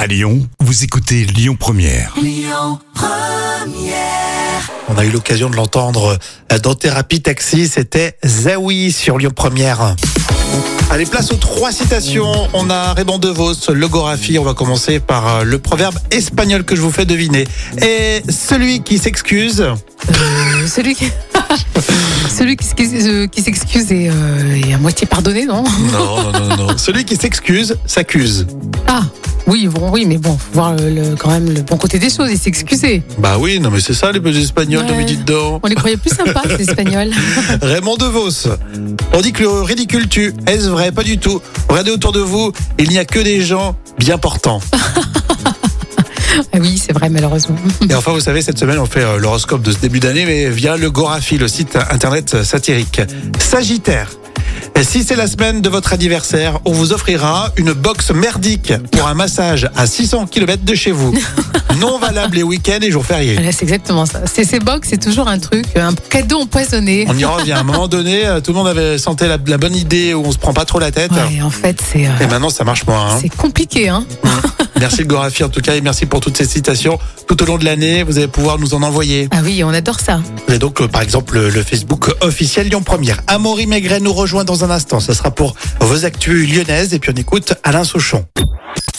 À Lyon, vous écoutez Lyon Première. On a eu l'occasion de l'entendre euh, dans Thérapie Taxi, c'était Zawi sur Lyon Première. Allez, place aux trois citations. On a Raymond DeVos, Logographie. On va commencer par euh, le proverbe espagnol que je vous fais deviner. Et celui qui s'excuse, Euh, celui qui. Celui qui, s'excuse- euh, qui s'excuse est, euh, est à moitié pardonné, non non, non, non, non. celui qui s'excuse s'accuse. Ah, oui, bon, oui, mais bon, faut voir le, le- quand même le bon côté des choses et s'excuser. Bah oui, non, mais c'est ça les petits espagnols, ne Ouais. me dites donc. On les croyait plus sympas, les Espagnols. Raymond DeVos. On dit que le ridicule tue. Est-ce vrai Pas du tout. Regardez autour de vous, il n'y a que des gens bien portants. Ah oui, c'est vrai, malheureusement. Et enfin, vous savez, cette semaine, on fait euh, l'horoscope de ce début d'année, mais via le Gorafi, le site internet satirique. Sagittaire. Et si c'est la semaine de votre anniversaire, on vous offrira une box merdique pour un massage à 600 km de chez vous. Non valable les week-ends et jours fériés. Voilà, c'est exactement ça. C'est ces box, c'est toujours un truc, un cadeau empoisonné. On y revient. À un moment donné, euh, tout le monde avait senté la, la bonne idée où on se prend pas trop la tête. Ouais, en fait, c'est euh, Et maintenant, ça marche moins. hein. c'est compliqué, hein. Merci le Gorafi en tout cas et merci pour toutes ces citations. Tout au long de l'année, vous allez pouvoir nous en envoyer. Ah oui, on adore ça. Vous avez donc euh, par exemple le, le Facebook officiel Lyon Première. Amaury Maigret nous rejoint dans un instant. Ça sera pour vos actus lyonnaises et puis on écoute Alain Souchon.